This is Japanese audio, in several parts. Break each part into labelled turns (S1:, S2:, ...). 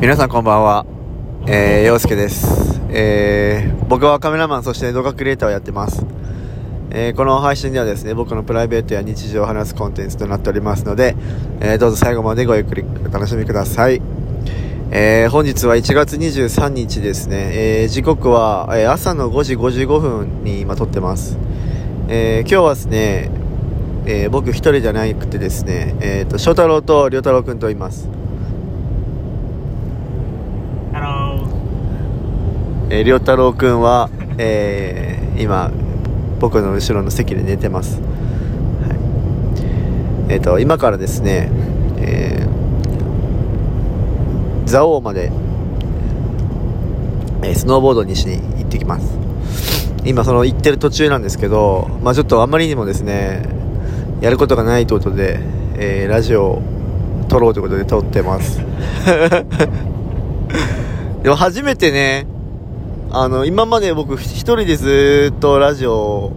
S1: 皆さんこんばんは、えー、陽介です、えー、僕はカメラマンそして動画クリエイターをやってます、えー、この配信ではですね僕のプライベートや日常を話すコンテンツとなっておりますので、えー、どうぞ最後までごゆっくりお楽しみください、えー、本日は1月23日ですね、えー、時刻は、えー、朝の5時55分に今撮ってます、えー、今日はですね、えー、僕一人じゃなくてですね、えーと、と翔太郎と良太郎君といますえー、太郎くんは、えー、今僕の後ろの席で寝てます、はい、えっ、ー、と今からですね、えー、蔵王まで、えー、スノーボードにしに行ってきます今その行ってる途中なんですけど、まあ、ちょっとあまりにもですねやることがないということで、えー、ラジオを撮ろうということで撮ってます でも初めてねあの、今まで僕一人でずっとラジオ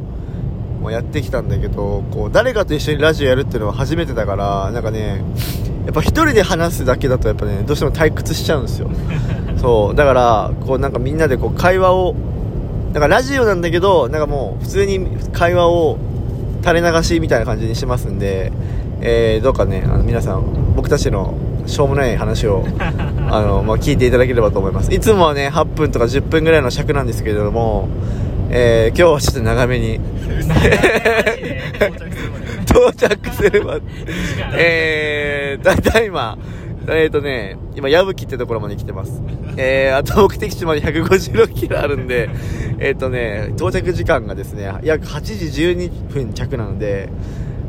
S1: もやってきたんだけど、こう、誰かと一緒にラジオやるっていうのは初めてだから、なんかね、やっぱ一人で話すだけだとやっぱね、どうしても退屈しちゃうんですよ。そう。だから、こうなんかみんなでこう会話を、なんかラジオなんだけど、なんかもう普通に会話を垂れ流しみたいな感じにしてますんで、えー、どうかね、あの皆さん、僕たちのしょうもない話を あの、まあ、聞いていただければと思いますいつもはね8分とか10分ぐらいの尺なんですけれども、えー、今日はちょっと長めに 到着するまでえー、だいたい今えっ、ー、とね、今、矢吹ってところまで来てます。えー、あと目的地まで156キロあるんで、えっ、ー、とね、到着時間がですね、約8時12分着なので、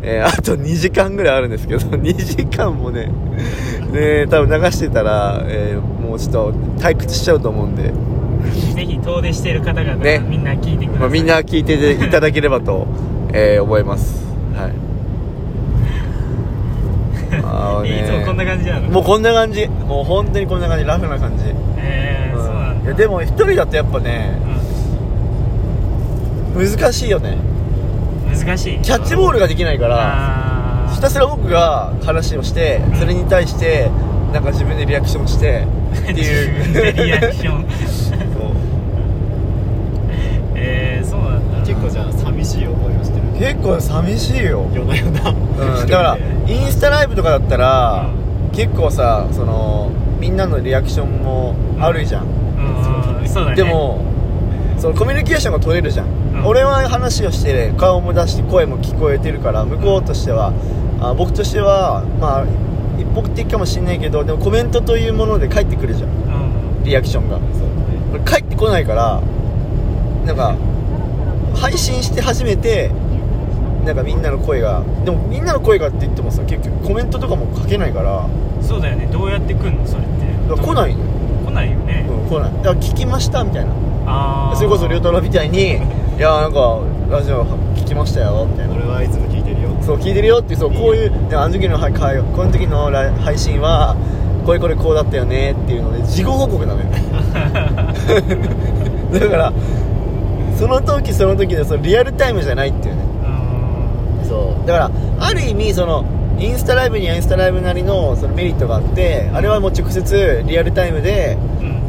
S1: えー、あと2時間ぐらいあるんですけど、2時 間もね、ね多分流してたら、えー、もうちょっと退屈しちゃうと思うんで。
S2: ぜひ遠出してる方々、ね、みんな聞いてください、まあ、
S1: みんな聞いていただければと、えー、思います。はい。
S2: あね、いつもこんな感じなの
S1: もうこんな感じもう本当にこんな感じラフな感じ
S2: ええー、うん、そうなんだ
S1: でも一人だとやっぱね、うん、難しいよね
S2: 難しい
S1: キャッチボールができないからひたすら僕が話をしてそれに対してなんか自分でリアクションしてって いう
S2: リアクションそうえー、そうなんだ
S3: 結構じゃあ寂しい思いをして
S1: る結構寂しいよ
S3: 夜な夜な、
S1: うん、だからインスタライブとかだったら、うん、結構さそのみんなのリアクションもあるじゃん、
S2: うん、そうだね
S1: でもそのコミュニケーションが取れるじゃん、うん、俺は話をして顔も出して声も聞こえてるから向こうとしてはあ僕としてはまあ一方的かもしんないけどでもコメントというもので返ってくるじゃん、うん、リアクションが、ね、返ってこないからなんか配信して初めてなんかみんなの声がでもみんなの声がって言ってもさ結局コメントとかも書けないから
S2: そうだよねどうやって来んのそれって
S1: 来ない
S2: よ来ないよね、
S1: うん、来ないだから聞きましたみたいなそれこそ亮太郎みたいに「いやなんかラジオ聞きましたよ」みたいな
S3: 「俺はいつも聞いてるよ」
S1: そう聞いてるよってそうこういうであの時の会この時の配信はこれこれこうだったよねっていうので事後報告な のよだからその時その時でそのリアルタイムじゃないっていうねそうだからある意味そのインスタライブにはインスタライブなりのそのメリットがあってあれはもう直接リアルタイムで、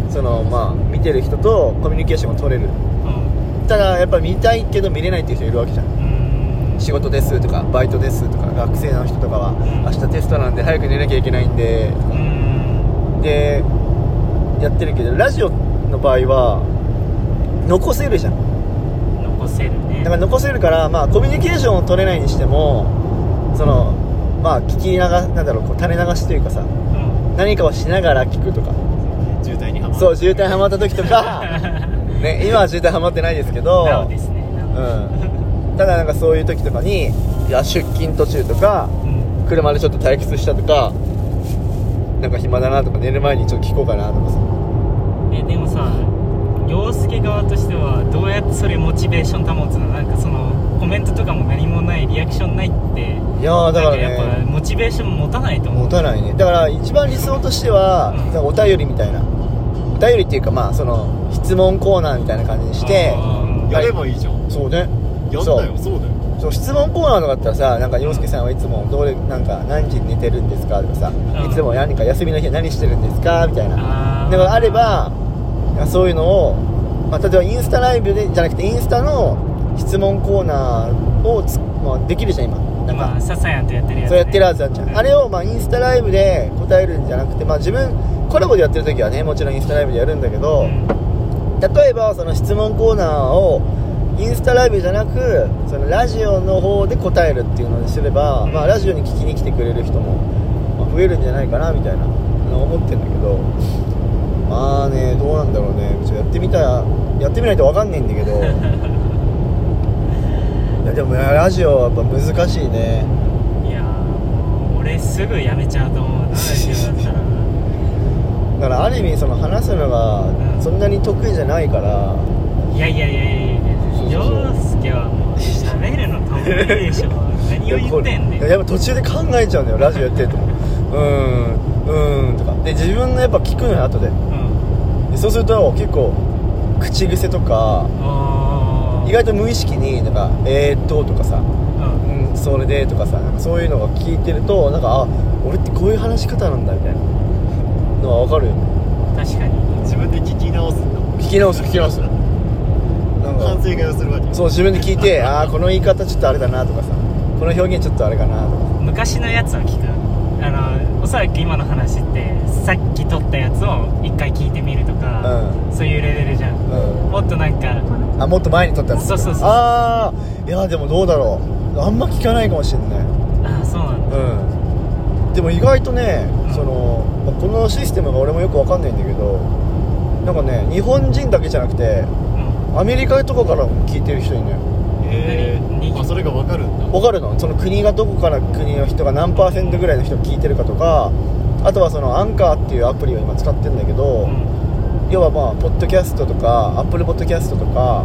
S1: そのまあ見てる人とコミュニケーションが取れる、うん、ただやっぱ見たいけど見れないっていう人いるわけじゃん、うん、仕事ですとかバイトですとか学生の人とかは、うん、明日テストなんで早く寝なきゃいけないんでとか、でやってるけどラジオの場合は残せるじゃん
S2: 残せるね
S1: だから残せるからまあコミュニケーションを取れないにしてもそのまあ聞き流なんだろうこう垂れ流しというかさ、何かをしながら聞くとか
S3: 渋滞にはま
S1: そう渋滞はまった時とか、 ね、今は渋滞はまってないですけど、
S2: ね、
S1: うん、ただなんかそういう時とかにいや出勤途中とか、うん、車でちょっと退屈したとかなんか暇だなとか寝る前にちょっと聞こうかなとかさ
S2: えでもさ洋介側としてはどうやってそれモチベーション保つのなんかそのコメントとかも何もないリアクションないって
S1: いやだから、ね、
S2: やっぱモチベーション持たないと思
S1: う持たないねだから一番理想としては、うん、お便りみたいなお便りっていうかまあその質問コーナーみたいな感じにして
S3: やればいいじゃん
S1: そうね
S3: やんなよそうだよ
S1: その質問コーナーとかだったらさなんか洋介さんはいつもどれなんか何時に寝てるんですかとかさ、
S2: うん
S1: いつも何か休みの日は何してるんですかみたいな
S2: あー
S1: だからあればなんかそういうのを、まあ、例えばインスタライブでじゃなくてインスタの質問コーナーをつ、まあ、できるじゃん今なんか、
S2: まあササヤンとやってるやつ、ね、
S1: そうやってるはずあんじゃん、あれをまあインスタライブで答えるんじゃなくて、まあ、自分コラボでやってる時はねもちろんインスタライブでやるんだけど、
S2: うん
S1: 例えばその質問コーナーをインスタライブじゃなくそのラジオの方で答えるっていうのにすれば、
S2: うん
S1: まあ、ラジオに聞きに来てくれる人もまあ増えるんじゃないかなみたいなのを思ってんだけどまあねどうなんだろうねちょっとやってみたやってみないと分かんないんだ けどいやでもねラジオはやっぱ難しいね
S2: いやーもう俺すぐやめちゃうと思うなラジオだったら
S1: だからある意味その話すのがそんなに得意じゃないから
S2: いやいやいやいやい
S1: そう
S2: や
S1: そうそう
S2: 洋介はもう喋るの得意でしょ何を言ってんね
S1: いや
S2: ん
S1: やっぱ途中で考えちゃうんだよラジオやってるともうーんうーんとかで自分のやっぱ聞くのよ後で
S2: うん
S1: でそうすると結構口癖とか
S2: あー
S1: 意外と無意識になんか「えー、っと」とかさ「
S2: うん
S1: うんそれで」とかさなんかそういうのが聞いてるとなんかあ俺ってこういう話し方なんだみたいなのは分かるよね
S2: 確かに
S3: 自分で聞き直すんだ
S1: 聞き直す聞き直すなん
S3: 反
S1: か
S3: 省会をするわけ
S1: そう自分で聞いて「ああこの言い方ちょっとあれだな」とかさ「この表現ちょっとあれかな」とか
S2: 昔のやつを聞くあのおそらく今の話ってさっき撮ったやつを一回聞いてみるとか、そういうレベルじゃん
S1: うん
S2: もっとなんか
S1: あもっと前に撮ったやつ
S2: そうそうそう
S1: ああいやでもどうだろうあんま聞かないかもしれない
S2: ああそうなんだ
S1: うんでも意外とね
S2: うん
S1: そのまあこのシステムが俺もよくわかんないんだけどなんかね日本人だけじゃなくて
S2: うん
S1: アメリカとかからも聞いてる人いるのよ
S3: へえあそれが分かるんだ
S1: わかるのその国がどこから国の人が何パーセントぐらいの人が聞いてるかとかあとはそのアンカーっていうアプリを今使ってるんだけど、
S2: うん
S1: 要はまあポッドキャストとかアップルポッドキャストとか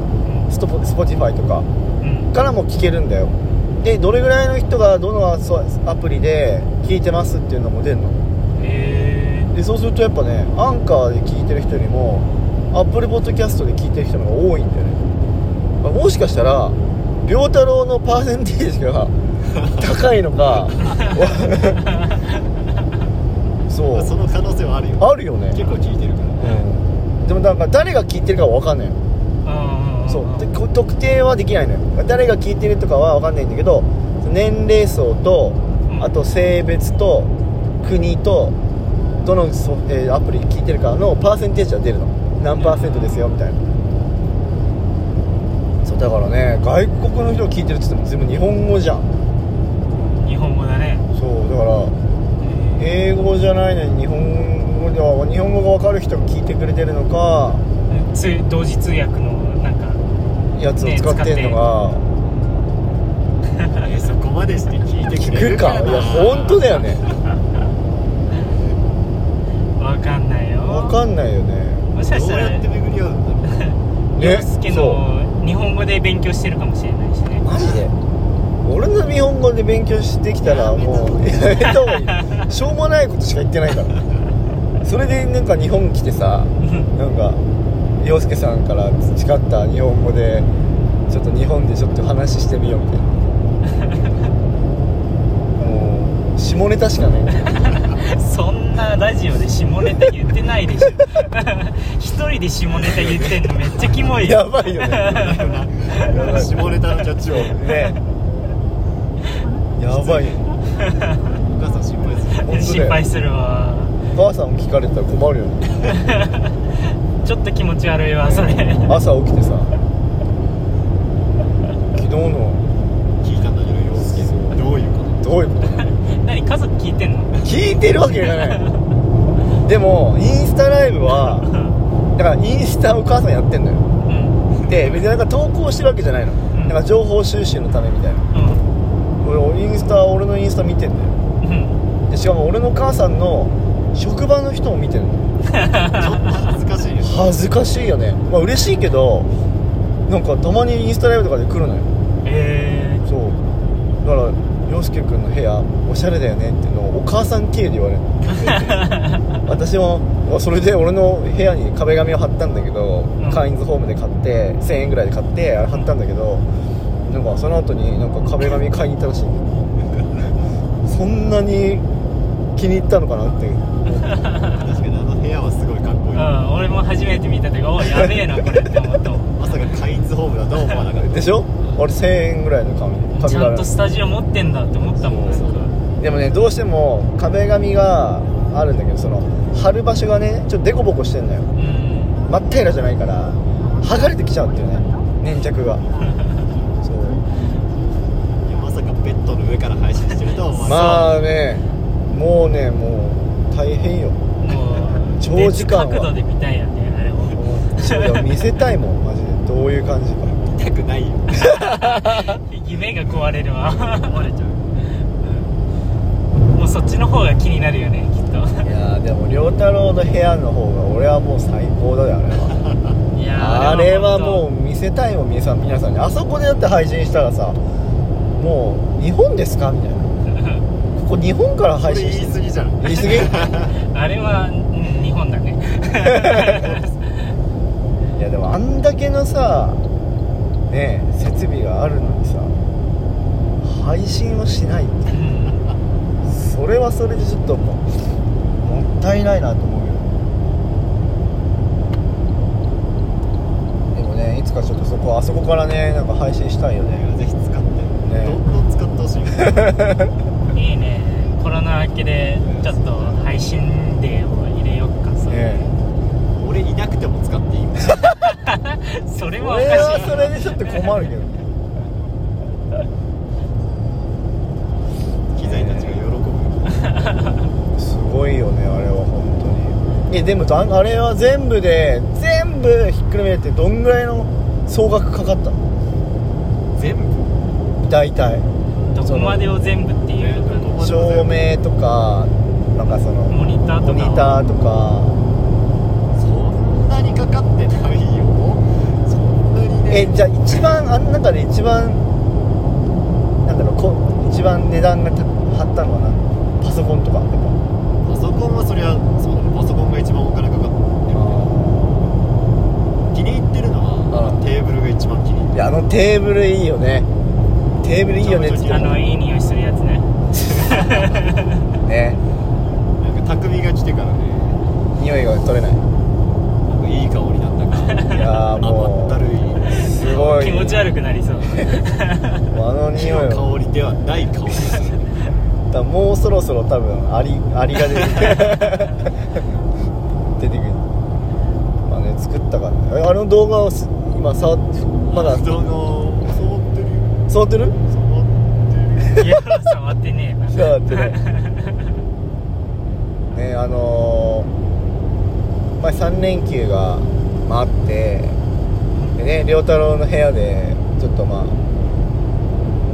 S1: ストポスポティファイとか
S2: うん
S1: からも聞けるんだよでどれぐらいの人がどのアソアプリで聞いてますっていうのも出るの
S2: うんへ
S1: でそうするとやっぱねアンカーで聞いてる人よりもアップルポッドキャストで聞いてる人の方が多いんだよね、まあもしかしたら良太郎のパーセンテージ が高いのかそ
S3: まあそうの可能性はあるよ
S1: あるよね、
S3: 結構聞いてるから
S1: うん、でもなんか誰が聞いてるかは分かんないの
S2: えうん
S1: そうでこ特定はできないのよ誰が聞いてるとかは分かんないんだけど年齢層と
S2: うん
S1: あと性別と国とどのそ、えーアプリで聞いてるかのパーセンテージは出るの何パーセントですよみたいなそうだからね外国の人が聞いてるって言っても全部日本語じゃん
S2: 日本語だね
S1: そうだから
S2: へ
S1: 英語じゃないのに日本語では日本語が分かる人が聞いてくれてるのか
S2: えつ同時通訳のなんか
S1: やつを使ってんのが、
S3: えそこまでして聞いてくれ
S1: 来る
S3: る
S1: かいや本当だよね
S2: わかんないよ
S1: 分かんないよね
S2: もしかし
S3: ど
S2: た
S3: う
S2: ら
S3: やって巡り合うんだろう
S1: ね
S2: 洋介の日本語で勉強してるかもしれないしね
S1: マジで俺の日本語で勉強してきたらもうやめた方がいいしょうもないことしか言ってないからそれでなんか日本来てさなんか洋介さんから培った日本語でちょっと日本でちょっと話してみようみたいなもう下ネタしか ない
S2: そんなラジオで下ネタ言ってないでしょ 一人で下ネタ言ってんのめっちゃキモいよ
S1: やばいよね
S3: 下ネタのキャッチボール
S1: ねやばいよ
S3: お母さん心配する
S1: 本当だよ
S2: 心配するわ
S1: お母さんも聞かれたら困るよね
S2: ちょっと気持ち悪いわそれ
S1: 朝起きてさ昨日の
S3: 聞いたんだけど洋介どういうこ
S1: どういうこと
S2: 何家族聞いてんの
S1: 聞いてるわけがないでもインスタライブはだからインスタお母さんやってんのよ
S2: うん
S1: で別になんか投稿してるわけじゃないの
S2: ん
S1: なんか情報収集のためみたいな
S2: うん
S1: 俺インスタ俺のインスタ見てんだよ
S2: うん
S1: でしかも俺の母さんの職場の人も見てるの
S3: とちょっと恥ずかしいよ
S1: 恥ずかしいよねまあ嬉しいけどなんかたまにインスタライブとかで来るのよ
S2: え
S1: そうだから洋介君の部屋おしゃれだよねっていうのをお母さん経由で言 われる私もまあそれで俺の部屋に壁紙を貼ったんだけど、
S2: ん
S1: カーインズホームで買って1000円ぐらいで買ってあれ貼ったんだけどなんかその後になんか壁紙買いに行ったらしい んだそんなに気に入ったのかなっていう
S3: 確かにあの部屋はすごいかっこいい
S2: うん俺も初めて見た時おいやべえなこれって思ったもん
S3: まさかカインズホームだとは思わなかった
S1: でしょ俺1000円ぐらいの紙紙
S2: ちゃんと
S1: 紙
S2: スタジオ持ってんだって思ったもん
S3: そう
S2: 僕
S1: でもねどうしても壁紙があるんだけどその貼る場所がねちょっとデコボコしてんだよ
S2: うん
S1: 真っ平らじゃないから剥がれてきちゃうっていうね粘着 がそう
S3: いやまさかベッドの上から配信してるとは思わなかっ
S1: まあねもうねもう大変よ
S2: もう
S1: 長時間は
S2: 別角度で見たいよねあれを
S1: それを見せたいもんマジでどういう感じか
S3: た見たくないよ
S2: 夢が壊れるわ
S3: 壊れちゃう
S2: もうそっちの方が気になるよねきっと
S1: いやーでも良太郎の部屋の方が俺はもう最高だよあれはい
S2: やー
S1: あれはもう
S2: う
S1: 見せたいもん皆さん皆さんにあそこでだって配信したらさもう日本ですかみたいなここ日本から
S3: これ
S1: 配信
S3: 言い
S1: して
S3: 過ぎじゃん
S1: 言い過ぎい
S2: あれは、うん、日本だね
S1: やでもあんだけのさねえ設備があるのにさ配信をしないって
S2: うん
S1: それはそれでちょっともうもったいないなと思うよでもねいつかちょっとそこあそこからねなんか配信したいよね
S3: ぜひ使って、
S1: ね
S3: どんどん使ってほしい
S2: いいねコロナ明けでちょっと配信デーを入れよっかそれ,、
S1: ね
S3: 俺いなくても使っていい
S2: それ
S1: え
S2: はお
S1: 俺は
S2: かしい
S1: それでちょっと困るけどね
S3: 機材たちが喜ぶ
S1: すごいよねあれは本当にえでもああれは全部で全部ひっくるめてどんぐらいの総額かかったの
S3: 全部
S1: 大体
S2: どこまでを全部っていうのかな
S1: 照明とかなんかその
S2: モニターと
S1: モ
S2: か
S1: ニターとか
S3: そんなにかかってないよそんなにね
S1: えじゃあ一番あの中で一番なんだろうこ一番値段がた張ったのは何パソコンとかやっぱ
S3: パソコンはそりゃそうだねパソコンが一番お金かかってる気に入ってるのはあのテーブルが一番気に入って
S1: いやあのテーブルいいよねテーブルいいよねっつって
S2: あ
S1: も
S2: のいい匂いするやつね
S1: ね
S3: るなんか匠が来てからね
S1: 匂いが取れない
S3: なんかいい香りだったから
S1: いやーもう
S3: 甘ったるい
S1: すごい
S2: 気持ち悪くな りそう
S1: もうあの
S3: 木
S1: 匂いを
S3: の香りではない香りでする
S1: だからもうそろそろ多分アリアリが出てくる出てくるまあね作ったからねああの動画をす今触っまだ
S3: 人の触ってるよ
S1: 触ってる
S3: 触ってる
S2: いや触ってねえな
S1: 触ってないねあのー、まあ3連休が、まあ、あってでね良太郎の部屋でちょっとまあ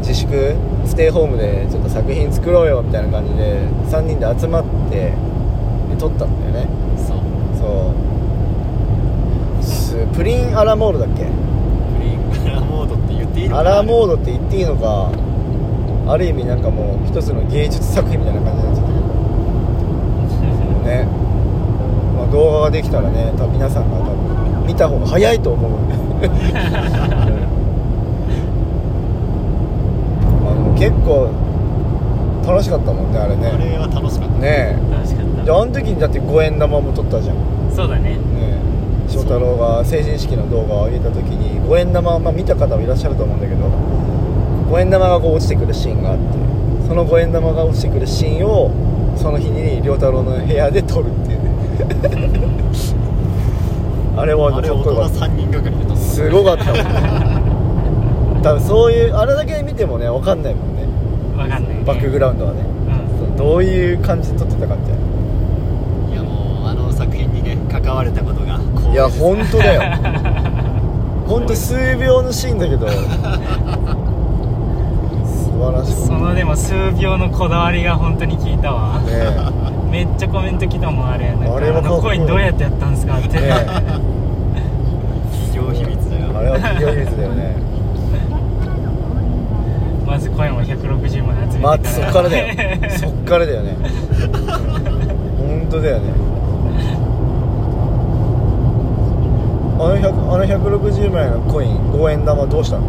S1: 自粛ステイホームでちょっと作品作ろうよみたいな感じで3人で集まってで撮ったんだよね
S3: そう
S1: そうすプリンアラモードだっけ
S3: プ リンアラモードって言っていいのか
S1: ア
S3: な
S1: ラモードって言っていいのかある意味なんかもう一つの芸術作品みたいな感じになっちゃったけどね、まあ、動画ができたらね多分皆さんが多分見た方が早いと思うまあでも結構楽しかったもんねあれ
S3: あ
S1: ね
S3: れは楽しかった
S1: ね
S2: 楽しか
S1: え
S2: っ
S1: であの時にだって五円玉も撮ったじゃん
S2: たそう だね
S1: ね翔太郎が成人式の動画を上げた時に五円玉、まあ、見た方もいらっしゃると思うんだけど五円玉がこう落ちてくるシーンがあってその五円玉が落ちてくるシーンをその日に良太郎の部屋で撮るっていうねあれは
S3: あれ
S1: かっ
S3: 大
S1: こよかっ
S3: 人3人がかりで撮
S1: た
S3: った
S1: すごかったもんね多分そういうあれだけで見てもね分かんないもんね
S2: わかんない、ね、
S1: バックグラウンドはね
S2: うん
S1: どういう感じで撮ってたかって
S3: いやもうあの作品にね関われたことが
S1: いや
S3: ほん
S1: 本当だよ本当数秒のシーンだけど素晴らし
S2: そのでも数秒のこだわりが本当に効いたわ
S1: いね
S2: めっちゃコメント来たもんあれなんか
S1: あれは
S2: あ
S1: かっ
S2: の
S1: こいい
S2: 声どうやってやったんですかって、
S1: えねえ
S3: 企業秘密だよ
S1: あれは企業秘密だよね
S2: まず声も160万集めて
S1: まあそっからだ よそっからだよね本当だよねあの100あの160枚のコイン5円玉どうしたの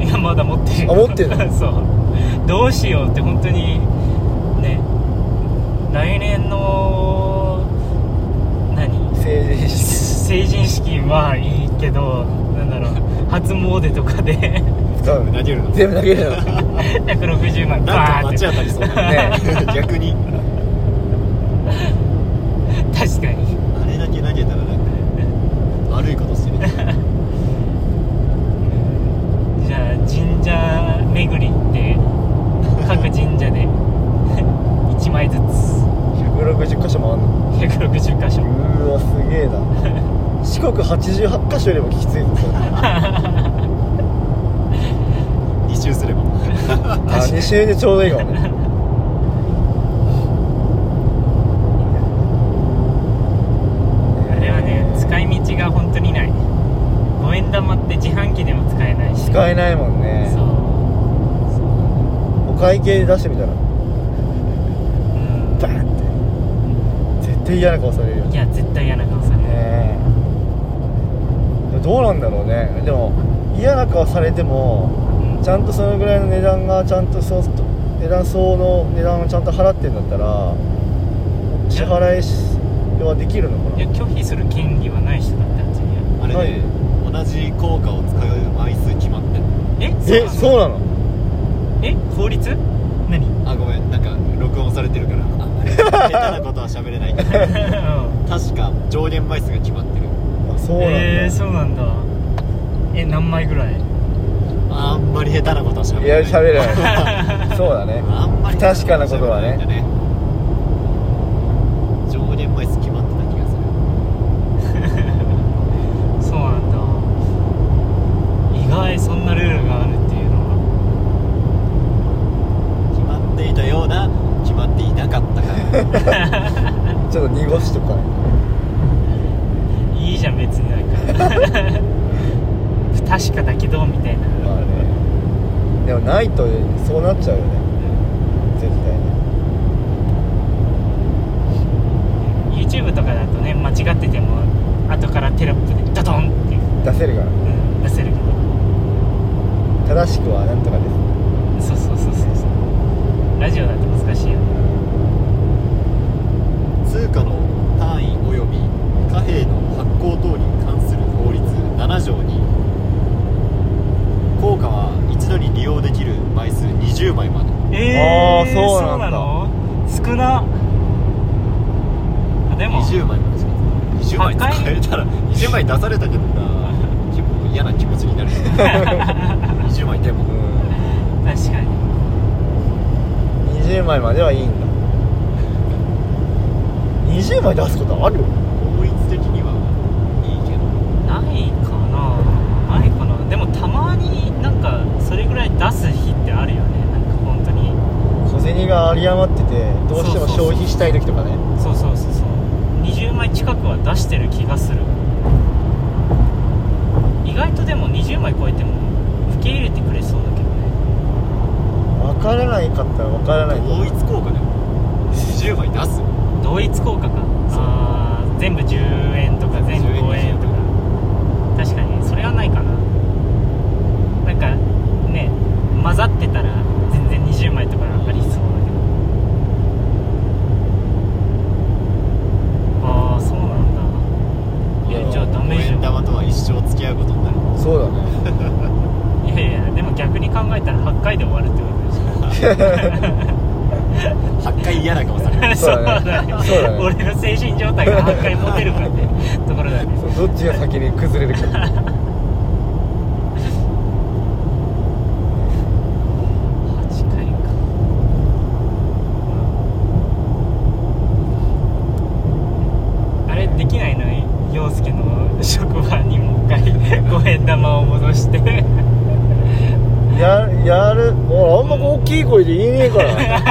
S1: の
S2: いやまだ持ってる
S1: あ持ってる
S2: そうどうしようって本当にね来年の何
S1: 成人式
S2: 成人式はいいけどなんだろう初詣とかで
S1: 使う
S3: 投げるの
S1: 全部投げるの
S2: 160万
S3: なん
S2: バ
S3: か
S2: ー
S3: 罰当た
S2: っ
S3: りそうだ
S1: ね
S3: ね逆に
S2: て確かに
S3: あれだけ投げたらなんか悪いことしてる
S2: じゃあ神社巡りって各神社で 1枚ずつ
S1: 160箇所もあんの
S2: 160箇所
S1: うわすげえな四国88箇所よりもきついぞそれ
S3: 二周すれば
S1: あ2周でちょうどいいかもね
S2: あれはね使い道が本当にない五円玉って自販機でも使えないし
S1: 使えないもんね
S2: そう
S1: お会計出してみたら
S2: うん
S1: バンって絶対嫌な顔されるよ
S2: い
S1: ね
S2: や絶対嫌な顔される
S1: えでもどうなんだろうねでも嫌な顔されても
S2: うん
S1: ちゃんとそのぐらいの値段がちゃんとそう値段相応の値段をちゃんと払ってんだったら支払いはできるのか
S2: いや
S1: な
S2: 拒否する権利はない人だってあっちには
S3: あれね、
S1: はい
S3: 同じ効果を使う枚数決まってんの
S1: え
S2: え
S1: そう
S2: う
S1: なの
S2: え法律何 うん
S3: あごめんなんか録音されてるからあんまり下手なことは喋れないけ ど確か上限枚数が決まってる
S1: あそうなんだ、
S2: えー、そうなんだえ何枚ぐらい
S3: あんまり下手なことは喋
S1: い
S3: れな
S1: や
S3: い
S1: 喋れないそうだね
S3: あんまり下手は喋れないんだね上限枚数決まってた気がする
S2: そうなんだ意外そんなルールがあるっていうのは
S3: 決まっていたような決まっていなかったか
S1: ちょっと濁しとかね
S2: いいじゃん別 になんか不確かだけどみたいな、
S1: まあねでもないとそうなっちゃうよね絶対ね
S2: YouTube とかだとね間違ってても後からテロップでドドンって、
S1: 出せるか
S2: うん、出せるけど
S1: ら正しくはなんとかです
S2: そうそうそうそうそうラジオだと難しいよね
S3: 通貨の単位及び貨幣の発行等に関する法律7条に効果は一度に利用できる枚数20枚まで
S2: え
S1: あ
S2: ー、
S1: ーそうなんだ
S2: そうなの少なあでも
S3: 20枚までしか使えない20枚使えたら20枚出されたけど な結構嫌な気持ちになる 20枚で
S1: う
S3: も
S1: ん
S2: 確かに
S1: 20枚まではいいんだ20枚出すことある
S3: 法律的にはいいけど
S2: ないかなないかなでもたまになんかそれぐらい出す日ってあるよねなんか本当に
S1: 小銭が有り余っててどうしても消費したい時とかね
S2: そうそうそうそう20枚近くは出してる気がする意外とでも20枚超えても受け入れてくれそうだけど
S1: 分
S2: ね
S1: からないかったら分からない
S3: 同一効果でも20枚出す
S2: 同一効果かあー全部10円とか全部5円とか確かにそれはないかななんかね混ざってたら全然20枚とかありそうだけどああそうなんだいやじゃあダメじゃん
S3: 円玉とは一生付き合うことになる
S1: そうだ ね
S2: いやいやでも逆に考えたら8回で終わるってことでしょ
S3: 8回嫌な顔される
S1: そうだねそうだね
S2: 俺の精神状態が8回持てるかってところだね
S1: そうどっちが先に崩れるか
S2: 8回かうんあれできないの陽介の職場にもう一回五円玉を戻して
S1: ややる俺あんま大きい声で言えねえから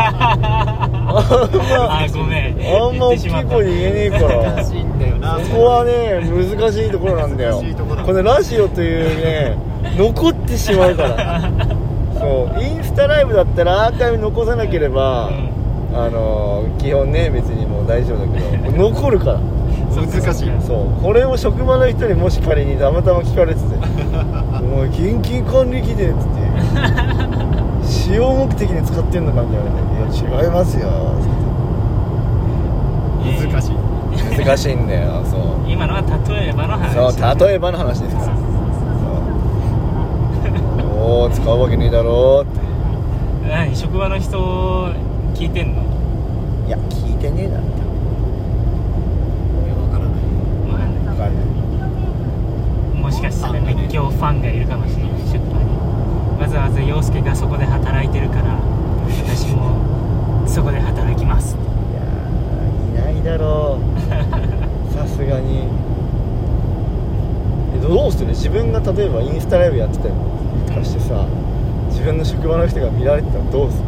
S2: あごめん
S1: あんま大きい声で言えねえから
S3: 難しいんだよな
S1: そこはね難しいところなんだよ
S3: 難しいとこだ
S1: このラジオというね残ってしまう からそうインスタライブだったらアーカイブ残さなければ、
S2: う ん
S1: あのー基本ね別にもう大丈夫だけど残るから
S2: そっか
S3: 難しい
S2: そっか
S1: そうこれを職場の人にもし仮にたまたま聞か れてて「お前現金管理規定」っつって「使用目的で使ってんのか」みたいな「いや違いますよ」
S3: 難しい
S1: って難しいんだよそう
S2: 今のは例えばの話
S1: そう例えばの話です からそうおお使うわけねえだろうって
S2: 何職場の人聞いてんの
S1: いや聞いてねえだろ
S3: いやわか
S2: わ
S3: らない
S2: かんな
S1: 分かんない
S2: いもしかしたら熱狂ファンがいるかもしれない職場にわざわざ陽介がそこで働いてるから私もそこで働きます
S1: いやーいないだろ うさすがにえどうする自分が例えばインスタライブやってたりとかしてさ自分の職場の人が見られてたらどうする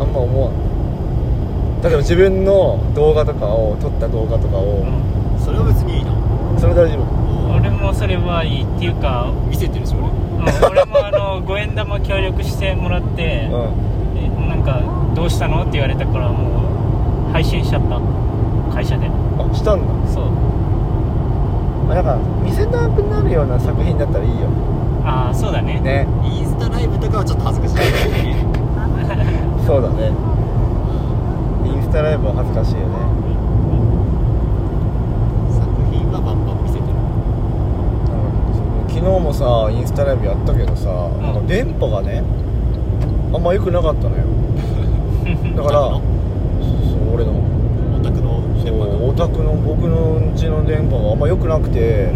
S1: あんま思わん例えば自分の動画とかを撮った動画とか
S2: う
S1: を
S2: ん
S3: それは別にいいな
S1: それ大丈夫
S2: 俺もそれはいいっていうか、
S3: 見せてるでしょ
S2: う
S3: 俺
S2: ん俺もあの五円玉協力してもらって、
S1: うん
S2: えなんか「どうしたの?」って言われたからもう配信しちゃった会社で
S1: あしたんだ
S2: そう
S1: まあなんか見せたくなるような作品だったらいいよ
S2: ああそうだね
S1: ね
S3: インスタライブとかはちょっと恥ずかしい
S1: そうだねインスタライブは恥ずかしいよね
S3: 作品はバンバン見せてる
S1: なんか昨日もさインスタライブやったけどさ、
S2: ん
S1: なんか電波がねあんま良くなかったのよだから
S3: オ
S1: そ
S3: タク
S1: うそう俺の
S3: のオタクの電波が
S1: お宅の僕の家の電波があんま良くなくて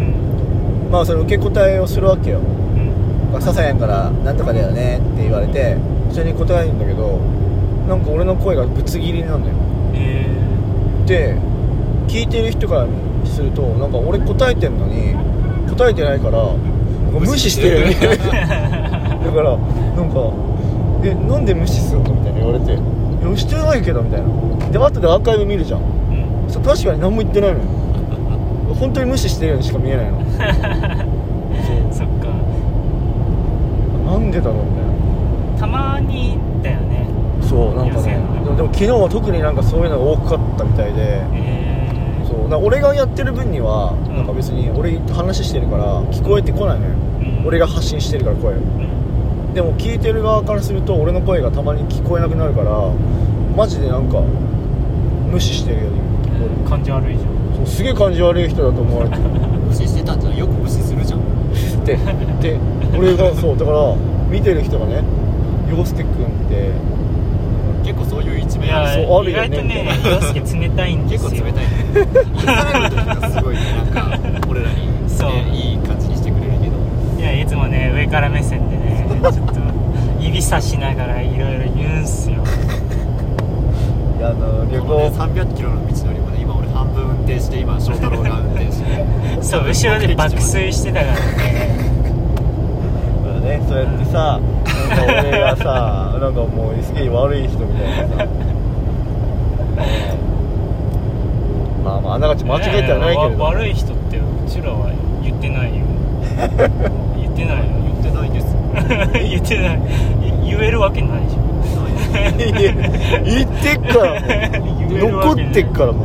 S2: う、ん
S1: まあそれ受け答えをするわけよ
S2: う
S1: 「
S2: ん
S1: ささやんからなんとかだよね」って言われてそれに答えるんだけどなんか俺の声がぶつ切りなんだよ
S2: え
S1: で聞いてる人からするとなんか俺答えてんのに答えてないからなんか無視してるよねだ からなんか「えなんで無視するの?」みたいな言われて「いやしてないけど」みたいなで後でアーカイブ見るじゃん
S2: ーうん
S1: そ確かに何も言ってないのよ本当に無視してるようにしか見えないの
S2: そっか
S1: なんでだろうみたいな
S2: たまにだよね
S1: そうなんかね
S2: いやそうやな
S1: でもでも昨日は特になんかそういうのが多かったみたいで
S2: えー
S1: そうなんか俺がやってる分には
S2: うん
S1: なんか別に俺話してるから聞こえてこないのよ、
S2: うん
S1: 俺が発信してるから声を
S2: うん
S1: でも聞いてる側からすると俺の声がたまに聞こえなくなるからマジでなんか無視してるように聞こ
S2: 感じ悪いじゃん
S1: えるそうすげえ感じ悪い人だと思われてる
S3: 無視してたんじゃんよく無視するじゃん
S1: でで俺がそうだから見てる人がね陽介君って
S3: 結構そういう一
S2: い
S3: 面ある
S2: や
S1: そうある
S2: 意
S1: よね
S2: 外とね洋介冷たいんです
S3: 結
S2: よ
S3: 構冷たいねインスタライブの時がすごいねなんか俺らに、ね、
S2: そう
S3: いい感じにしてくれるけど
S2: いやいつもね上から目線でねちょっと指さしながらいろいろ言うんすよ
S1: いやあの旅
S3: この
S1: 行
S3: ね300キロの道のりもね今俺半分運転して今翔太郎が運転して
S2: そう後ろで爆睡してたからね
S1: ねそうやってさなんか俺が さなんかもうすげえ悪い人みたいなさまあまああながち間違えてはないけれど
S2: ややわ悪い人ってうちらは言って ないよ言ってないよ
S3: 言ってないです
S2: 言ってないい言えるわけないでしょ
S1: いや 言ってっからも
S2: 言える
S1: う
S2: わけ
S1: 残ってっからもう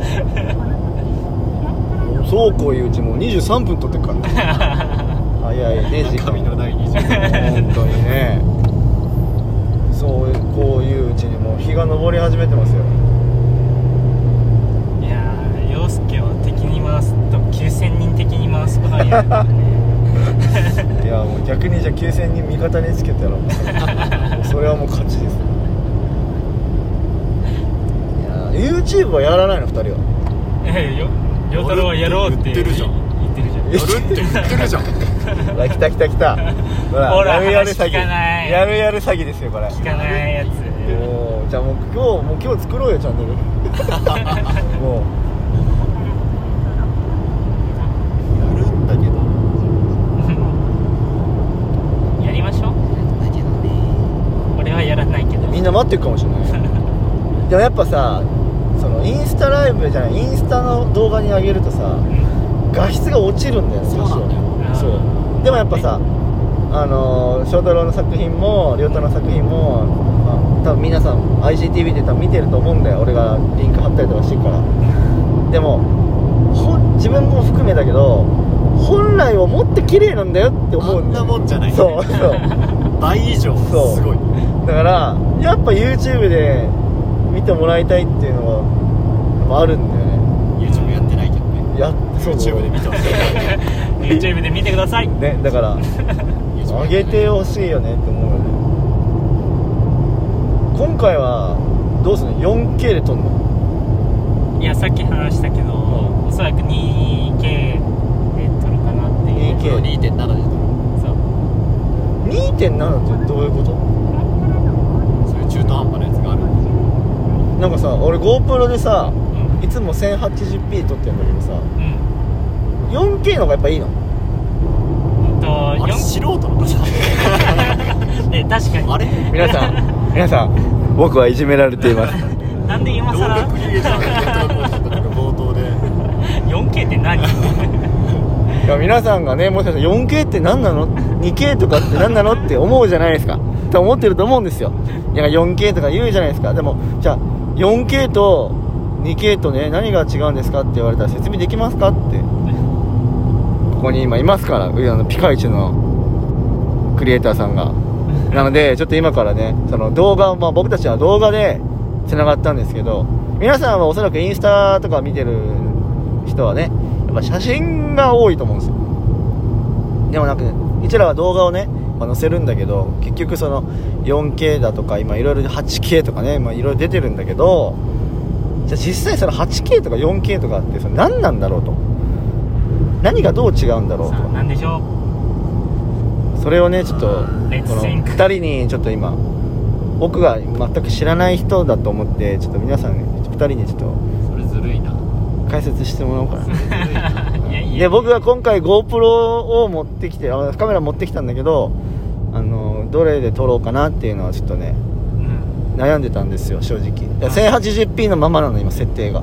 S1: そうこういううちもう23分取ってっからね早いね時間
S3: 中身のない20
S1: 本当にねそうこういううちにもう日が昇り始めてますよ
S2: いやー陽介を敵に回すと9000人敵に回すことになるからね
S1: いやもう逆にじゃあ9000人味方につけたらもうそれはもう勝ちですいやー YouTube はやらないの2人は
S2: ええ よ陽太郎はやろうって
S3: 言ってるじゃん
S2: 言ってるじゃん
S1: え
S3: やるって言ってるじゃん
S1: ほら来た来た来たほら
S2: ほら
S1: やるやる詐
S2: 話聞
S1: 欺
S2: かない
S1: やるやる詐欺ですよこれ
S2: 聞かないやつ
S1: もうじゃあもう今日もう今日作ろうよチャン ネルも
S3: やるんだけど
S2: やりましょう
S3: だけどね
S2: 俺はやらないけど
S1: うみんな待ってるかもしれ ないよでもやっぱさそのインスタライブじゃないインスタの動画に上げるとさ
S2: うん
S1: 画質が落ちるんだよね
S3: そうなんだよ
S1: 多少そうでもやっぱさあのー翔太郎の作品も亮太の作品も、まあ、多分皆さん IGTV で多分見てると思うんだよ俺がリンク貼ったりとかしてるからでも自分も含めだけど本来はもっと綺麗なんだよって思
S3: あ
S1: うん
S3: ん
S1: だ
S3: な
S1: よ
S3: もんじゃない
S1: そうそう
S3: 倍以上
S1: そう
S3: すごい
S1: だからやっぱ YouTube で見てもらいたいっていうのはやっぱあるんだよね
S3: YouTube やってないけどね
S1: やっ
S3: YouTube で見てほしい
S2: YouTube で見てください
S1: ねだから
S3: YouTube
S1: 上げてほしいよねって思うよね今回はどうするの 4K で撮んの
S2: いやさっき話したけど、おそらく 2K で撮るかなっていう
S1: 2K
S3: 2.7で
S2: そ
S3: 撮
S2: う
S1: 2.7ってどういうこと
S3: るそういう中途半端なやつがある
S1: なんかさ俺 GoPro でさ
S2: うん
S1: いつも 1080p 撮ってるんだけどさ
S2: うん、
S1: 4K の方がやっぱいいの
S2: うんと
S3: あれ素人の方
S2: 4… ね確かに
S3: あれ
S1: 皆さん皆さん僕はいじめられています
S2: なんで今
S3: 動
S2: さら
S3: 力入れた のかと思った冒頭で
S2: 4K って 何
S1: いや皆さんがねもしかしたら 4K って何なの 2K とかって何なのって思うじゃないですかって思ってると思うんですよいや 4K とか言うじゃないですかでもじゃあ 4K と 2K とね何が違うんですかって言われたら説明できますかってここに今いますからあのピカイチのクリエイターさんがなのでちょっと今からねその動画を、まあ、僕たちは動画でつながったんですけど皆さんはおそらくインスタとか見てる人はねやっぱ写真が多いと思うんですよでもなんかねうちらは動画をねまあ載せるんだけど結局その 4K だとか今いろいろ 8K とかねまあいろいろ出てるんだけどじゃあ実際その 8K とか 4K とかってその何なんだろうと何がどう違うんだろうと
S2: さあなんでし ょう
S1: それをねちょっとこ
S2: レッツ
S1: の
S2: シンク
S1: 2人にちょっと今僕が全く知らない人だと思ってちょっと皆さん2人にちょっと
S3: それずるいな
S1: 解説してもらおう かな
S2: いやいや
S1: で僕が今回 GoPro を持ってきてあカメラ持ってきたんだけどあのどれで撮ろうかなっていうのはちょっとね
S2: うん
S1: 悩んでたんですよ正直だから 1080p のままなの今設定が
S2: う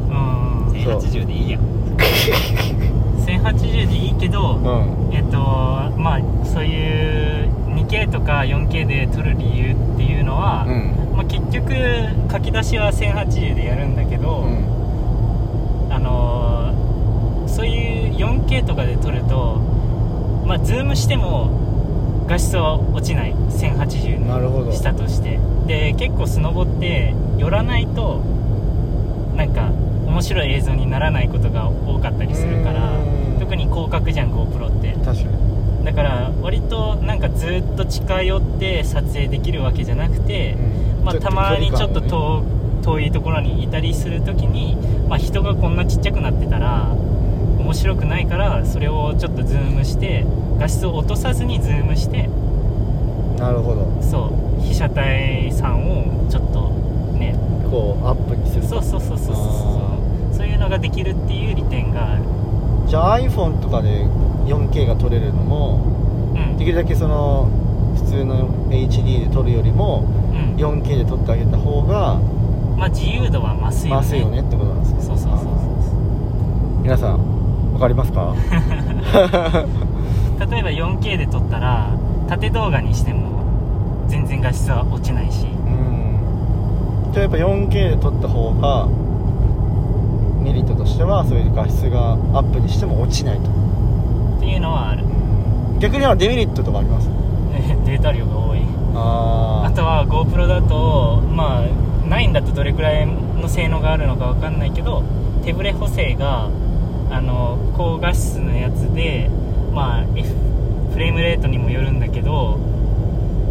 S2: ん
S1: そう
S3: 1080でいいやん
S2: 1080でいいけど、
S1: うん
S2: えっとまあそういう 2K とか 4K で撮る理由っていうのは、
S1: うん
S2: まあ、結局書き出しは1080でやるんだけど、
S1: うん
S2: あのーそういう 4K とかで撮るとまあズームしても画質は落ちない1080
S1: なるほど
S2: にしたとしてで結構スノボって寄らないとなんか面白い映像にならないことが多かったりするから
S1: うん
S2: 特に広角じゃん GoPro って
S1: 確かに
S2: だから割となんかずっと近寄って撮影できるわけじゃなくて、まあ、たまにちょっと遠,、遠いところにいたりするときに、まあ、人がこんなちっちゃくなってたら面白くないからそれをちょっとズームして画質を落とさずにズームして
S1: なるほど
S2: そう被写体さんをちょっとね
S1: こうアップにする
S2: そうそうそうそうそ
S1: あ
S2: うそうそういうのができるっていう利点がある
S1: じゃあ iPhone とかで 4K が撮れるのも
S2: うん
S1: できるだけその普通の HD で撮るよりも
S2: うん
S1: 4K で撮ってあげた方が
S2: まあ自由度は増すよね
S1: 回すよねってことなんですね
S2: そうそうそうそ
S1: 皆さんわかりますか
S2: う例えば 4K で撮ったら縦動画にしても全然画質は落ちないし
S1: うんじゃあやっぱ 4K で撮った方がメリットとしてはそういう画質がアップにしても落ちないと
S2: っていうのはある
S1: 逆にはデメリットとかあります
S2: え データ量が多いあ
S1: あ
S2: とは GoPro だとまあ9だとどれくらいの性能があるのかわかんないけど手ブレ補正があの高画質のやつでまあ、F、フレームレートにもよるんだけど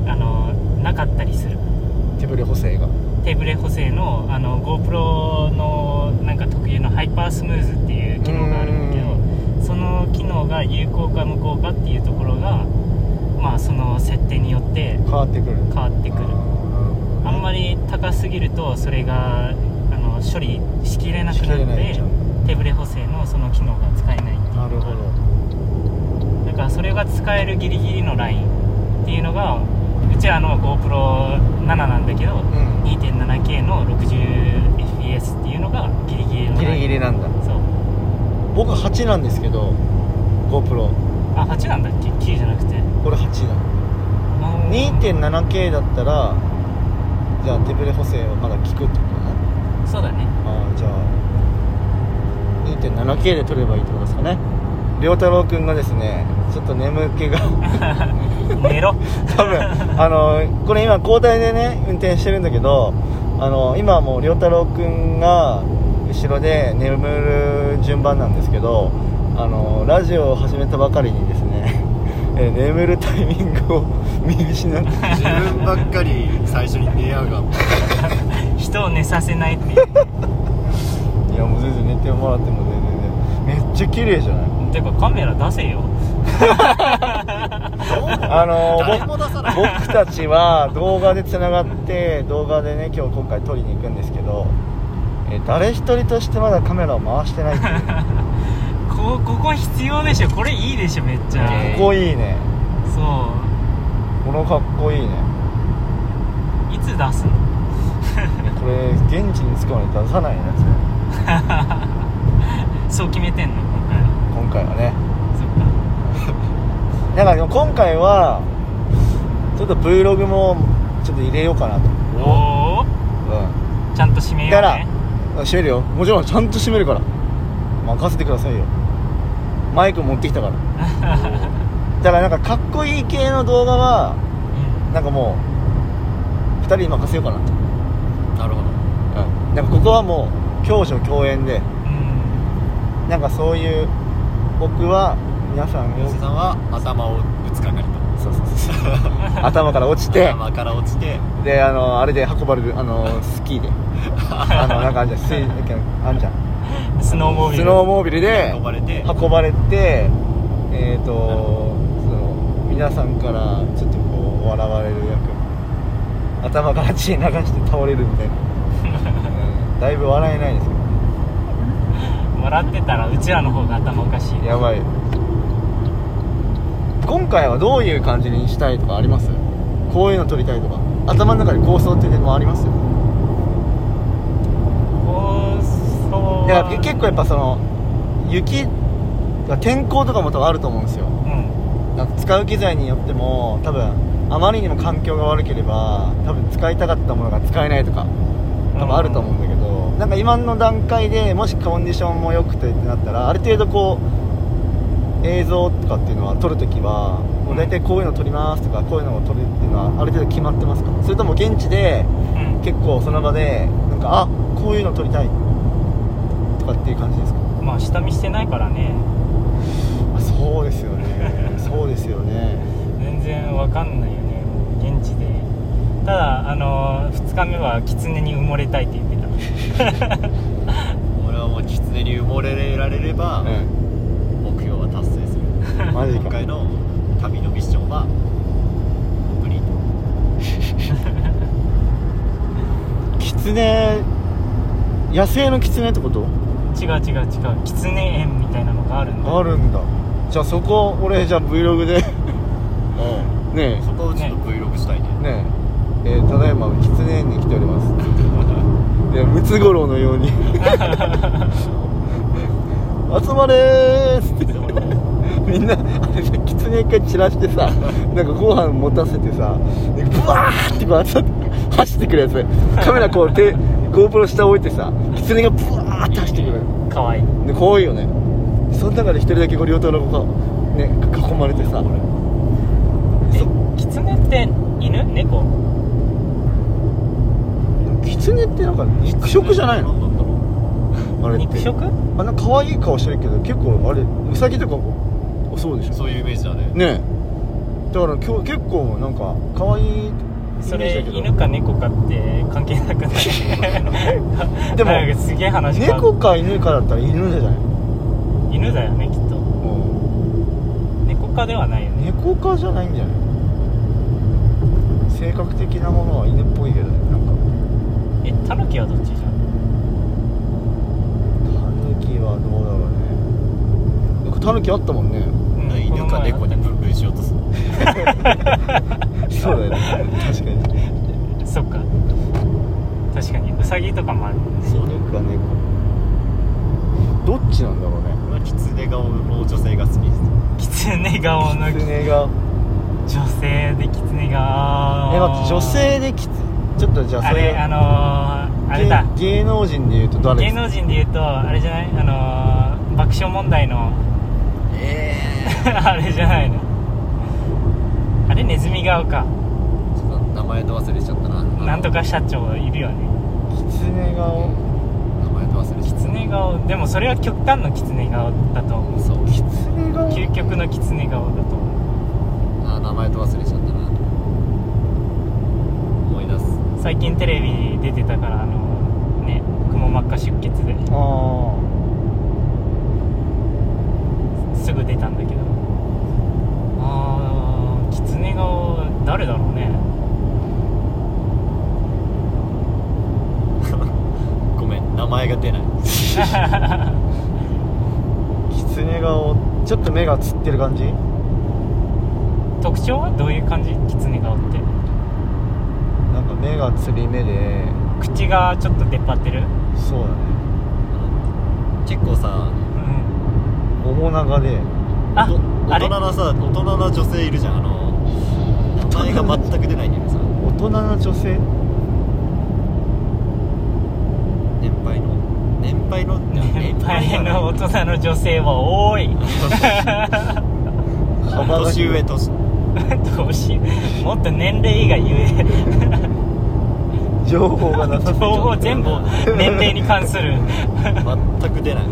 S2: あのなかったりする
S1: あ手ブレ補正が
S2: 手ブレ補正のあの GoPro のなんか特有のハイパースムーズっていう機能があるんだけ
S1: う
S2: どその機能が有効か無効かっていうところがまあその設定によって
S1: 変わってくる
S2: 変わってくるあんま
S1: り
S2: り高すぎるとそれがあの処理しきれなくなって手ブレ補正のその機能が使えないっていう
S1: なるほど
S2: だからそれが使えるギリギリのラインっていうのがうちはあの GoPro7 なんだけど、
S1: ん
S2: 2.7K の 60fps っていうのがギリギリの
S1: ギ
S2: ライン
S1: リギリなんだ
S2: そう
S1: 僕8なんですけど GoPro
S2: あ8なんだっけ9じゃなくて
S1: これ8だ
S2: あー
S1: 2.7K だったらじゃあ手ブレ 補正はまだ効くってことかな
S2: そうだね
S1: あーじゃあの系で撮ればいいってことですかね良太郎くんがですねちょっと眠気が
S2: 寝ろ
S1: 多分あのこれ今交代でね運転してるんだけどあの今はもう良太郎くんが後ろで眠る順番なんですけどあのラジオを始めたばかりにですね えー眠るタイミングを 見失って
S3: 自分ばっかり最初に寝やがって
S2: 人を寝させないっていう
S1: いやもう全然寝てもらっても全然ねめっちゃ綺麗じゃない
S2: てかカメラ出せよ
S1: あの
S3: 誰も出さない
S1: 僕僕たちは動画でつながって動画でね今日今回撮りに行くんですけどえ誰一人としてまだカメラを回してないっていう
S2: こここ必要でしょこれいいでしょめっちゃ
S1: かっこいいね
S2: そう
S1: このかっこいいね
S2: いつ出すの
S1: これ現地に着くまで出さないやつね
S2: そう決めてんの今回は
S1: 今回はね
S2: そっか
S1: だからでも今回はちょっと Vlog もちょっと入れようかなと
S2: おお
S1: う
S2: ちゃんと締め
S1: ん
S2: よ
S1: だか
S2: う
S1: ら
S2: ね
S1: 閉めるよもちろんちゃんと閉めるから任せてくださいよマイク持ってきたからだからなんかかっこいい系の動画はなんかもう2人に任せようかなと、
S3: なるほど
S1: うん、なんかここはもう共助共演で
S2: うん
S1: なんかそういう僕は皆さんを
S3: 吉さんは頭をぶつかかりと
S1: そうそうそう そう頭から落ちて
S3: 頭から落ちて
S1: であのあれで運ばれるあのスキーであのなんかあ んじゃん水あんじゃん
S2: うんスノーモービ
S1: ス
S2: ル
S1: ノーモービルで
S3: 運ばれて
S1: 運ばれてえっ、ー、とその皆さんからちょっとこう笑われる役頭から血流して倒れるみた いな、うんだいぶ笑えないですけ
S2: もらってたらうちらの方が頭おかしい
S1: どやばい今回はどういう感じにしたいとかありますこういうの撮りたいとか頭の中で構想っていうのもあります
S2: 放送
S1: いや
S2: は
S1: 結構やっぱその雪が天候とかも多分あると思うんですよ
S2: うん
S1: なんか使う機材によっても多分あまりにも環境が悪ければ多分使いたかったものが使えないとか多分あると思うんだけど、なんか今の段階でもしコンディションも良くてってなったらある程度こう映像とかっていうのは撮るときはもう大体こういうの撮りますとかこういうのを撮るっていうのはある程度決まってますかそれとも現地で
S2: うん
S1: 結構その場でなんかあこういうの撮りたいとかっていう感じですか
S2: まあ下見してないからね
S1: あそうですよね そうですよね
S2: 全然わかんないよね現地でただあの2日目は狐に埋もれたいって言って
S3: 俺はもう狐に埋もれられれば、
S1: う
S3: 目標は達成する
S1: んマジ
S3: 今
S1: か
S3: 回の旅のミッションはコンプリート
S1: キツネ野生のキツネってこと
S2: た違う違う違う狐園みたいなのがあるんだ
S1: あるんだじゃあそこ俺じゃあ Vlog でね
S3: そこをちょっと Vlog したいね
S1: えねええーただいまキツネ園に来ておりますでムツゴロウのように 集まれーっつってみんなあれさキツネ一回散らしてさなんかご飯持たせてさでブワーってこう集まって走ってくるやつねカメラこう手 GoPro 下置いてさキツネがブワーって走ってくる
S2: かわいい
S1: で可愛いよねその中で一人だけご両党の子がね囲まれてさ
S2: え狐って犬猫
S1: キツネってなんか肉食じゃないの
S3: 何なんだろ
S1: あれって
S2: 肉食
S1: あんな可愛い顔してるけど結構あれウサギとかもそうでし
S3: う
S1: ょ
S3: そういうイメージだね
S1: ねえだから今日結構なんか可愛いイメ
S2: そ
S1: ージだ
S2: れ
S1: けど
S2: 犬か猫かって関係なくない
S1: でも
S2: なんかすげえ話変わる
S1: 猫か犬かだったら犬じゃない、
S2: 犬だよねきっと猫科ではないよね
S1: 猫かじゃないんじゃない性格的なものは犬っぽいけどねなんか
S2: えタヌキはどっちじゃん
S1: タヌキはどうだろうねなんかタヌキあったもんね
S2: うん
S3: 犬か猫に分類しようとする
S1: そうだよね確かに
S2: そっか確かにウサギとかもあるよね
S1: そう猫か猫どっちなんだろうね
S3: 俺は狐顔の女性が好きです
S2: 狐顔の女
S1: 狐が
S2: 性で狐顔
S1: え待って女性できつちょっとじゃあ
S2: あ
S1: そ
S2: れ
S1: れ
S2: あのー、あれだ
S1: 芸芸能人で言うと誰
S2: 芸
S1: ですか
S2: 能人で言うとあれじゃないあのーバッ象問題の
S3: え
S2: あれじゃないのあれネズミ顔か
S3: えちょっと名前と忘れちゃったな
S2: なんとか社長いるよね
S1: 狐顔
S3: 名前と忘れちゃった
S2: 狐顔でもそれは極端の狐顔だと思う
S3: そう
S1: 狐顔
S2: 究極の狐顔だと思
S3: あ名前と忘れちゃったな思い出す
S2: う最近テレビ出てたからあのねくも膜下出血で
S1: あ
S2: すぐ出たんだけどああ狐顔誰だろうね
S3: ごめん名前が出ない
S1: あ狐顔ちょっと目がつってる感じ
S2: 特徴はどういう感じ狐顔って
S1: なんか目がつり目で
S2: 口がちょっと出っ張ってる
S1: そうだね
S3: 結構さ
S2: うん
S1: 面長で
S2: あ
S3: おと
S2: あ
S3: 大
S2: れ
S3: 人なさ大人な女性いるじゃんあの名前が全く出ないんだよねさ
S1: 大人な女性
S3: 年配の年配の
S2: 年配の大人の女性は多い
S1: 幅が
S3: 年上年
S2: どうしようもっと年齢が言
S1: 情報がな
S2: え
S1: さすぎ
S2: 情報全部年齢に関する
S3: 全く出ない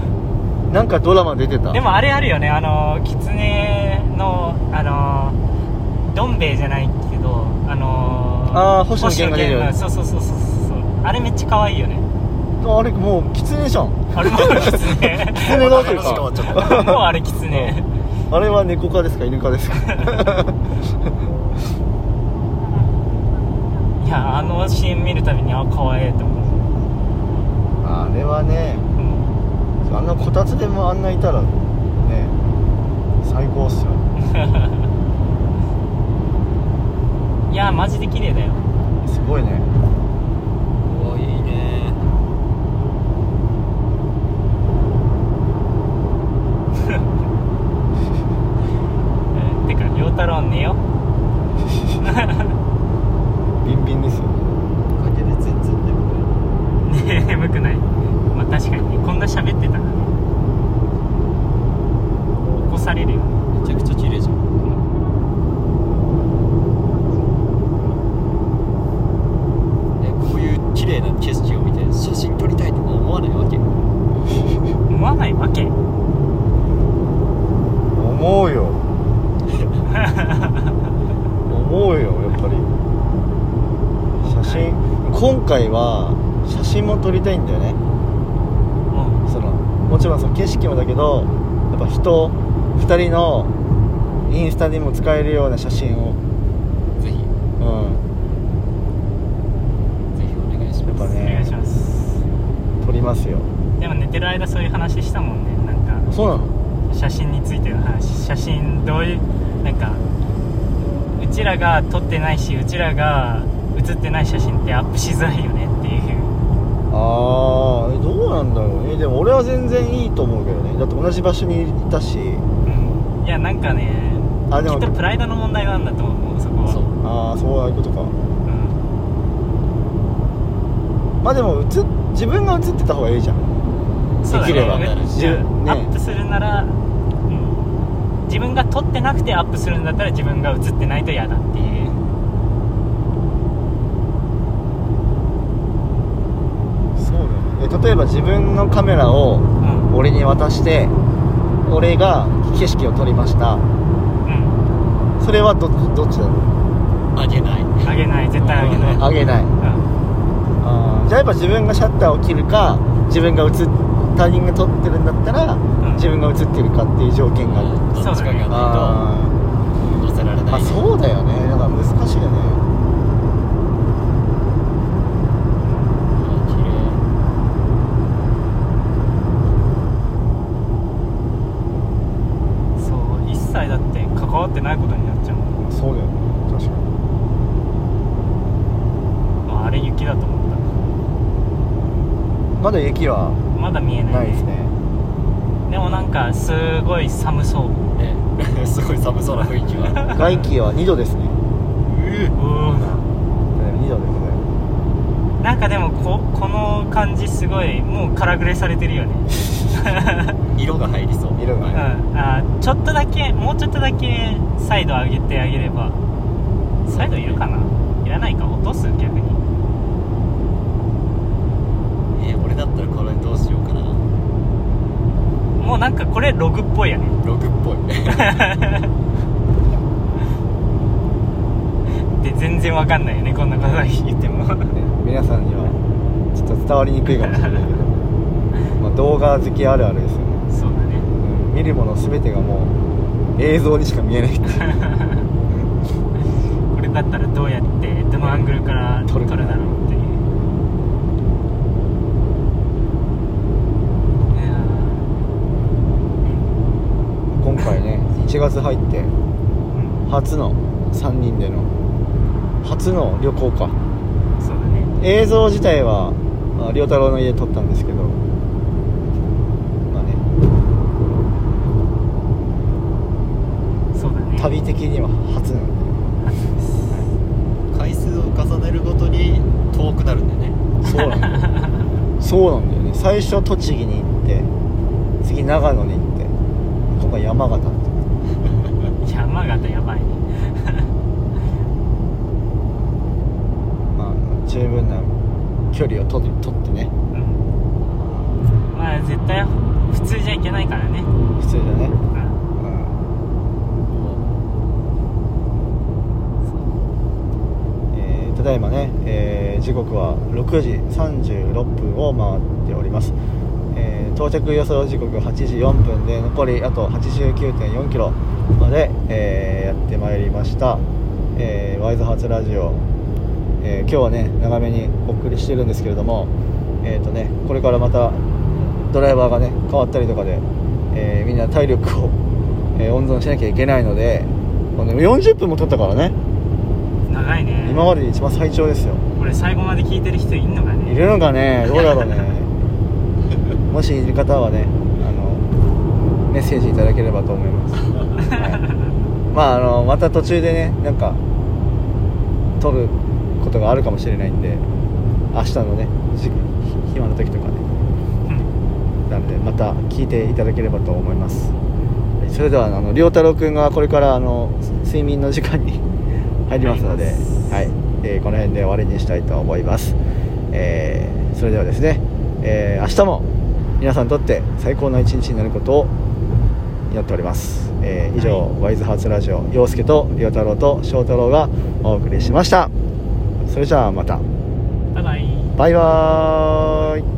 S1: なんかドラマ出てた
S2: でもあれあるよねあの狐のあのどん兵衛じゃないけどあの
S1: あー星野源が出る
S2: 星野源がそうそうそうそうそうあれめっちゃ可愛いよね
S1: ああれもう狐じゃん
S2: あれもあれ狐
S1: 狐顔という
S3: 話変
S1: か
S3: わっちゃった
S2: もうあれ狐
S1: あれは猫科ですか犬科ですか
S2: いやあの CM 見るたびにあ可愛いと思
S1: あれはね
S2: う、うん、
S1: あんなこたつでもあんないたらね最高っすよ
S2: いやマジで綺麗だよ
S1: すごいね
S3: おいいね
S2: うんてか良太郎寝よ
S1: ビンビンですよ
S3: おかげで全然眠くない
S2: ね眠くないまあ確かにねこんな喋ってたらね起こされるよ
S3: めちゃくちゃ綺麗じゃんえこういう綺麗な景色を見て写真撮りたいとか思わないわけ
S2: 思わないわけ
S1: 思うよ思うよやっぱり写真今回は写真も撮りたいんだよね
S2: も
S1: そのもちろんその景色もだけどやっぱ人2人のインスタにも使えるような写真をう
S3: ぜひ
S1: ん
S3: ぜひお願いし
S1: やっぱ
S2: うお願いし
S1: ね
S2: ます
S1: 撮りますよ
S2: でも寝てる間そういう話したもんねなんか
S1: そうなの
S2: 写真についての話写真どういうなんかうちらが撮ってないしうちらが写ってない写真ってアップしづらいよねっていう
S1: あーえどうなんだろうねでも俺は全然いいと思うけどねだって同じ場所にいたし
S2: うんいやなんかね
S1: あで
S2: き
S1: も
S2: っとプライドの問題があるんだと思うそこは
S3: そう
S1: ああそういうことか
S2: うん
S1: まあでも写っ自分が写ってた方がいいじゃん
S2: そうだね
S1: できれば
S2: ね
S1: 自分ね
S2: アップするなら、うん自分が撮ってなくてアップするんだったら自分が映ってないと嫌だっていう
S1: そうだよね例えば自分のカメラを
S2: うん
S1: 俺に渡して俺が景色を撮りました
S2: うん
S1: それはどどっちだろう
S3: あげない
S2: あげない絶対あげない、うん
S1: あげないあーじゃあやっぱ自分がシャッターを切るか自分が映っ他人が撮ってるんだったら、
S2: ん
S1: 自分が映ってるかっていう条件がある、
S3: どっちかがな
S1: あ
S3: いと載せられ
S1: ーま
S3: な
S1: あ
S3: いね
S1: そうだよねだから難しいよね
S2: そう一切だって関わってないことになっちゃうもん
S1: そうだよね確かに
S2: まあ、あれ雪だと思っ
S1: まだ雪は
S2: たまだ見えない,、
S1: ないですね
S2: でもなんかすごい寒そう
S3: 綺麗ねすごい寒そうな雰囲気は
S1: 外気は2度ですね
S2: うん
S1: 2度でございます
S2: なんかでもここの感じすごいもうからくれされてるよね
S3: 色色が入りそう
S1: 色が
S2: うん、あーちょっとだけもうちょっとだけサイド上げてあげればサイドいるかないらないか落とす逆に
S3: えー俺だったらこれどうしようかな
S2: もうなんかこれログっぽいよね
S3: ログっぽい
S2: で全然わかんないよねこんなこと言 っても
S1: 皆さんにはちょっと伝わりにくいかもしれない けどまあ動画好きあるあるですよね、
S2: そうだね
S1: うん見るもの全てがもう映像にしか見えないっていう
S2: これだったらどうやってどのアングルから撮
S1: 撮
S2: る
S1: る
S2: だろうっていういや
S1: 今回ね1月入って
S2: ーうん
S1: 初の3人での初の旅行か
S2: そうだね
S1: 映像自体はまあ良太郎の家で撮ったんですけどまあね
S2: そうだね
S1: 旅的には初なんで
S2: 初です
S3: 回数を重ねるごとに遠くなるんだよね
S1: そうなんだよそうなんだよね最初栃木に行って次長野に行って今回山形って
S2: 山形やばいね
S1: まあ十分な距離を取って取ってね
S2: うんまあ絶対普通じゃいけないからね
S1: 普通じゃね、
S2: うん
S1: うんえーただいまね、えー時刻は6時36分を回っております、えー到着予想時刻8時4分で残りあと8 9 4キロまで、えーやってまいりました、えーワイズハーツラジオ、えー今日はね長めにお送りしてるんですけれどもえっ、とねこれからまたドライバーがね変わったりとかで、えーみんな体力を、えー温存しなきゃいけないのでもうね40分も取ったからね
S2: 長いね
S1: 今までで一番最長ですよ
S2: これ最後まで聞いてる人いんのかね
S1: いるのかねどうだろうねもしいる方はねあのメッセージいただければと思います、はいまああのまた途中でねなんか撮ることがあるかもしれないんで明日のねじ暇の時とかね
S2: うん
S1: なのでまた聞いていただければと思いますそれではあの良太郎くんがこれからあの睡眠の時間に 入りますので
S2: 入ります
S1: はいえーこの辺で終わりにしたいと思います、えーそれではですね、えー明日も皆さんにとって最高な一日になることを祈っております、えー以上、ワイズハーツラジオ陽介と良太郎と翔太郎がお送りしましたそれじゃあまた
S2: バイバイ
S1: バイバーイ